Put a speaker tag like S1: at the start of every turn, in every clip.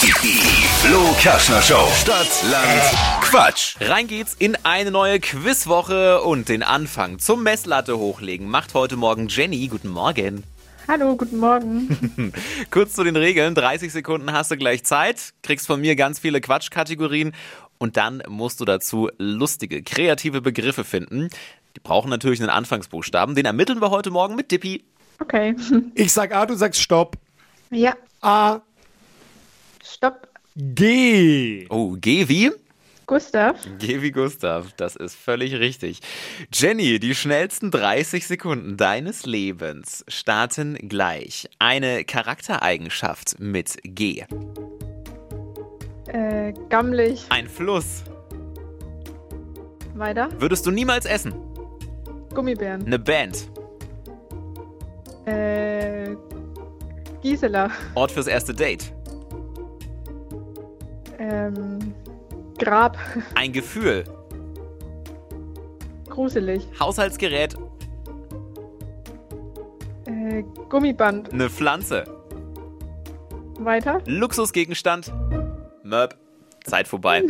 S1: Die Flo Kaschner Show. Stadt, Land, Quatsch.
S2: Rein geht's in eine neue Quizwoche und den Anfang zum Messlatte hochlegen macht heute Morgen Jenny. Guten Morgen.
S3: Hallo, guten Morgen.
S2: Kurz zu den Regeln. 30 Sekunden hast du gleich Zeit, kriegst von mir ganz viele Quatschkategorien und dann musst du dazu lustige, kreative Begriffe finden. Die brauchen natürlich einen Anfangsbuchstaben. Den ermitteln wir heute Morgen mit Dippy.
S3: Okay.
S4: Ich sag A, du sagst Stopp.
S3: Ja,
S4: A,
S3: stopp.
S4: G.
S2: Oh, G wie?
S3: Gustav,
S2: G wie Gustav. Das ist völlig richtig. Jenny, die schnellsten 30 Sekunden deines Lebens starten gleich. Eine Charaktereigenschaft mit G.
S3: äh, gammelig,
S2: Ein Fluss.
S3: weiter.
S2: Würdest du niemals essen?
S3: Gummibären,
S2: Eine Band.
S3: äh, Gisela,
S2: Ort fürs erste Date.
S3: ähm, Grab,
S2: Ein Gefühl.
S3: gruselig,
S2: Haushaltsgerät.
S3: äh, Gummiband,
S2: Eine Pflanze.
S3: weiter.
S2: Luxusgegenstand. Möb. Zeit vorbei.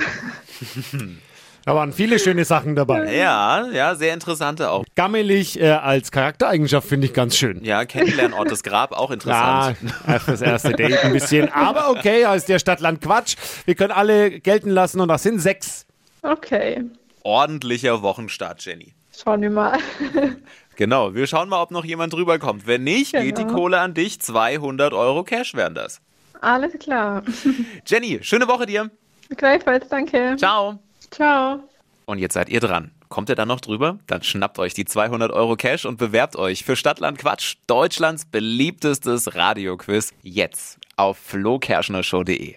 S4: Da waren viele schöne Sachen dabei.
S2: Ja, ja, sehr interessante auch.
S4: Gammelig äh, als Charaktereigenschaft finde ich ganz schön.
S2: Ja, Kennenlernort des Grab, auch
S4: Ja,
S2: interessant.
S4: das erste Date ein bisschen. Aber okay, heißt der Stadtland Quatsch. Wir können alle gelten lassen und das sind sechs.
S3: Okay,
S2: Ordentlicher Wochenstart, Jenny.
S3: schauen wir mal.
S2: Genau, wir schauen mal, ob noch jemand drüber kommt. Wenn nicht, geht die
S3: Genau.
S2: Kohle an dich. 200 Euro Cash wären das.
S3: Alles klar.
S2: Jenny, schöne Woche dir.
S3: Gleichfalls, danke.
S2: Ciao.
S3: Ciao.
S2: Und jetzt seid ihr dran. Kommt ihr dann noch drüber? Dann schnappt euch die 200 Euro Cash und bewerbt euch für Stadtland Quatsch, Deutschlands beliebtestes Radioquiz. Jetzt auf flokerschnershow.de.